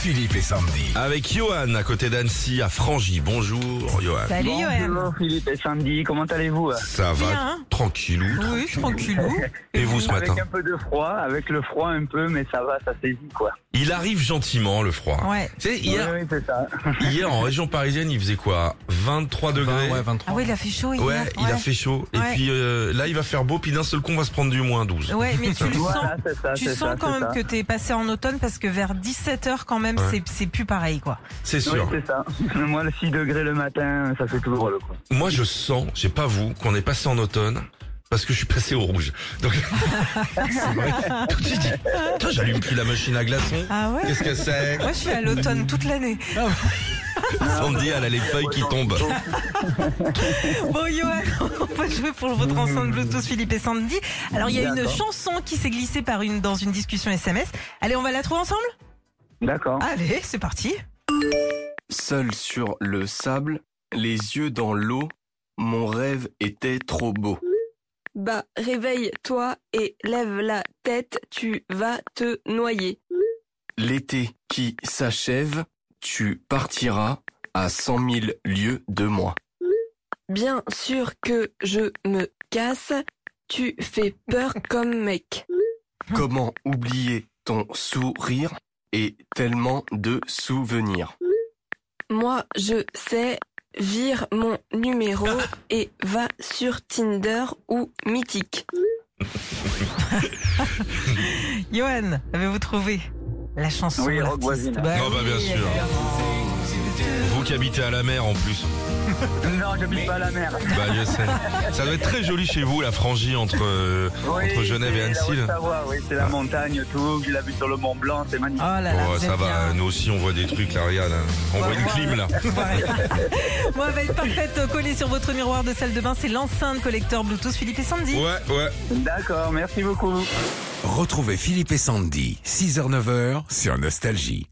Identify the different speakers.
Speaker 1: Philippe et Sandy.
Speaker 2: Avec Johan à côté d'Annecy à Frangy. Bonjour Johan.
Speaker 3: Salut Yoann.
Speaker 4: Bonjour Philippe et Sandy, comment allez-vous
Speaker 2: Ça va
Speaker 3: Bien, hein
Speaker 2: tranquillou.
Speaker 3: Oui, tranquillou.
Speaker 2: Et vous ce
Speaker 4: Avec
Speaker 2: matin
Speaker 4: un peu de froid, avec le froid un peu, mais ça va, ça saisit quoi.
Speaker 2: Il arrive gentiment le froid.
Speaker 3: Ouais.
Speaker 2: Tu sais, hier,
Speaker 4: Oui, oui, c'est ça.
Speaker 2: hier en région parisienne, il faisait quoi 23 degrés. ouais,
Speaker 3: Ah oui, il a fait chaud hier.
Speaker 2: il a fait chaud. Et
Speaker 3: Ouais.
Speaker 2: puis euh, là, il va faire beau, puis d'un seul coup, on va se prendre du moins 12.
Speaker 3: Ouais, mais tu le sens.
Speaker 4: Voilà, c'est ça,
Speaker 3: Tu
Speaker 4: c'est
Speaker 3: sens
Speaker 4: ça,
Speaker 3: quand
Speaker 4: c'est
Speaker 3: même
Speaker 4: ça.
Speaker 3: que t'es passé en automne parce que vers 17h quand même,
Speaker 2: Ouais.
Speaker 3: c'est- c'est plus pareil quoi.
Speaker 2: C'est
Speaker 4: Oui,
Speaker 2: sûr.
Speaker 4: c'est ça. Moi, le 6 degrés le matin, ça fait toujours le coup.
Speaker 2: Moi, je sens, j'ai pas vous, qu'on est passé en automne. Parce que je suis passé au rouge. Donc, c'est vrai. Tout de suite, je dis, Putain, j'allume plus la machine à glaçons.
Speaker 3: Ah ouais
Speaker 2: Qu'est-ce que c'est
Speaker 3: Moi je suis à l'automne toute l'année. Ah.
Speaker 2: Sandy, elle a les feuilles qui tombent.
Speaker 3: Bon Yoann, on va jouer pour
Speaker 2: Mmh.
Speaker 3: votre enceinte Bluetooth Philippe et Sandy. Alors il y a une
Speaker 4: D'accord.
Speaker 3: chanson qui s'est glissée par une, dans une discussion SMS. Allez, on va la trouver ensemble
Speaker 4: D'accord.
Speaker 2: Ah.
Speaker 3: Allez, c'est parti.
Speaker 5: Seul sur le sable, les yeux dans l'eau, mon rêve était trop beau.
Speaker 6: Bah, réveille-toi et lève la tête, tu vas te noyer.
Speaker 5: L'été qui s'achève, tu partiras à cent mille lieues de moi.
Speaker 6: Bien sûr que je me casse, tu fais peur comme mec.
Speaker 5: Comment oublier ton sourire et tellement de souvenirs
Speaker 6: Moi, je sais, vire mon numéro et va sur Tinder ou Mythique.
Speaker 3: Yoann, avez-vous trouvé la chanson
Speaker 4: Oui,
Speaker 3: l'artiste
Speaker 4: Rock Voisine.
Speaker 2: Oh, bah, bien
Speaker 3: Ah oui,
Speaker 2: sûr. Vous qui habitez à la mer en plus.
Speaker 4: Non, j'habite pas à la mer.
Speaker 2: Bah je sais. Ça doit être très joli chez vous la frangie entre euh, entre Genève et Annecy.
Speaker 4: C'est
Speaker 2: là.
Speaker 4: la
Speaker 2: Ah.
Speaker 4: Haute-Savoie, oui, c'est la montagne, tout. Je l'habite sur le Mont Blanc, c'est
Speaker 3: Oh
Speaker 4: magnifique.
Speaker 3: là là,
Speaker 2: Oh,
Speaker 3: vous
Speaker 2: ça
Speaker 3: êtes
Speaker 2: va,
Speaker 3: bien.
Speaker 2: nous aussi on voit des trucs là, regarde. hein. On voit une clim là.
Speaker 3: Bon, elle va être parfaite euh, collée sur votre miroir de salle de bain. C'est l'enceinte collecteur Bluetooth Philippe et Sandy.
Speaker 2: Ouais, ouais.
Speaker 4: D'accord, merci beaucoup.
Speaker 1: Retrouvez Philippe et Sandy, 6h, 9h, sur Nostalgie.